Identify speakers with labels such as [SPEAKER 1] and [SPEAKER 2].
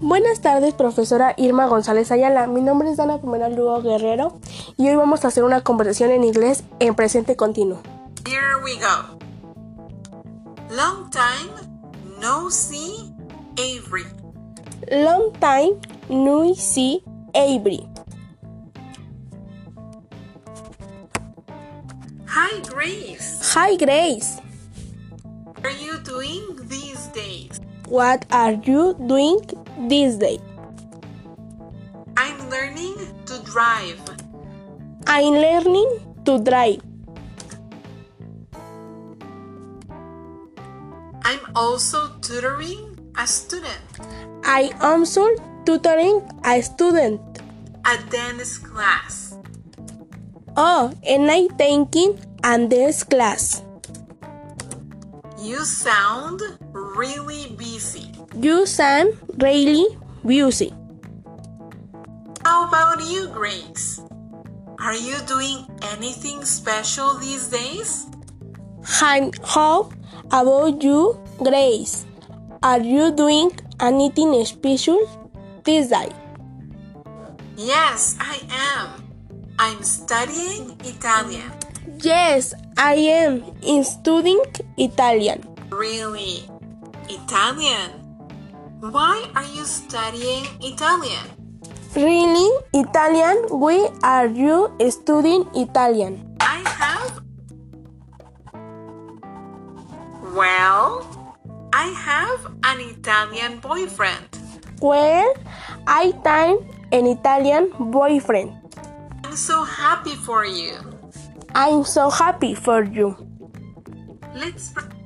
[SPEAKER 1] Buenas tardes, profesora Irma González Ayala. Mi nombre es Dana Pimena Lugo Guerrero y hoy vamos a hacer una conversación en inglés en presente continuo.
[SPEAKER 2] Here we go. Long time no see Avery.
[SPEAKER 1] Long time no see Avery.
[SPEAKER 2] Hi Grace,
[SPEAKER 1] Hi Grace,
[SPEAKER 2] what are you doing these days?
[SPEAKER 1] what are you doing this day?
[SPEAKER 2] I'm learning to drive.
[SPEAKER 1] I'm learning to drive.
[SPEAKER 2] I'm also tutoring a student
[SPEAKER 1] I am also tutoring a student.
[SPEAKER 2] at dance class.
[SPEAKER 1] Oh, and I'm taking a dance class.
[SPEAKER 2] You sound really busy.
[SPEAKER 1] You sound really busy.
[SPEAKER 2] How about you, Grace? Are you doing anything special these days?
[SPEAKER 1] Hi, how about you, Grace? Are you doing anything special this day?
[SPEAKER 2] Yes, I am. I'm studying Italian.
[SPEAKER 1] Yes, I am studying Italian.
[SPEAKER 2] Really? Italian? Why are you studying Italian?
[SPEAKER 1] Really, Italian? We are you studying Italian?
[SPEAKER 2] I have. Well, I have an Italian boyfriend.
[SPEAKER 1] Well, I time an Italian boyfriend.
[SPEAKER 2] I'm so happy for you.
[SPEAKER 1] I'm so happy for you.
[SPEAKER 2] Let's.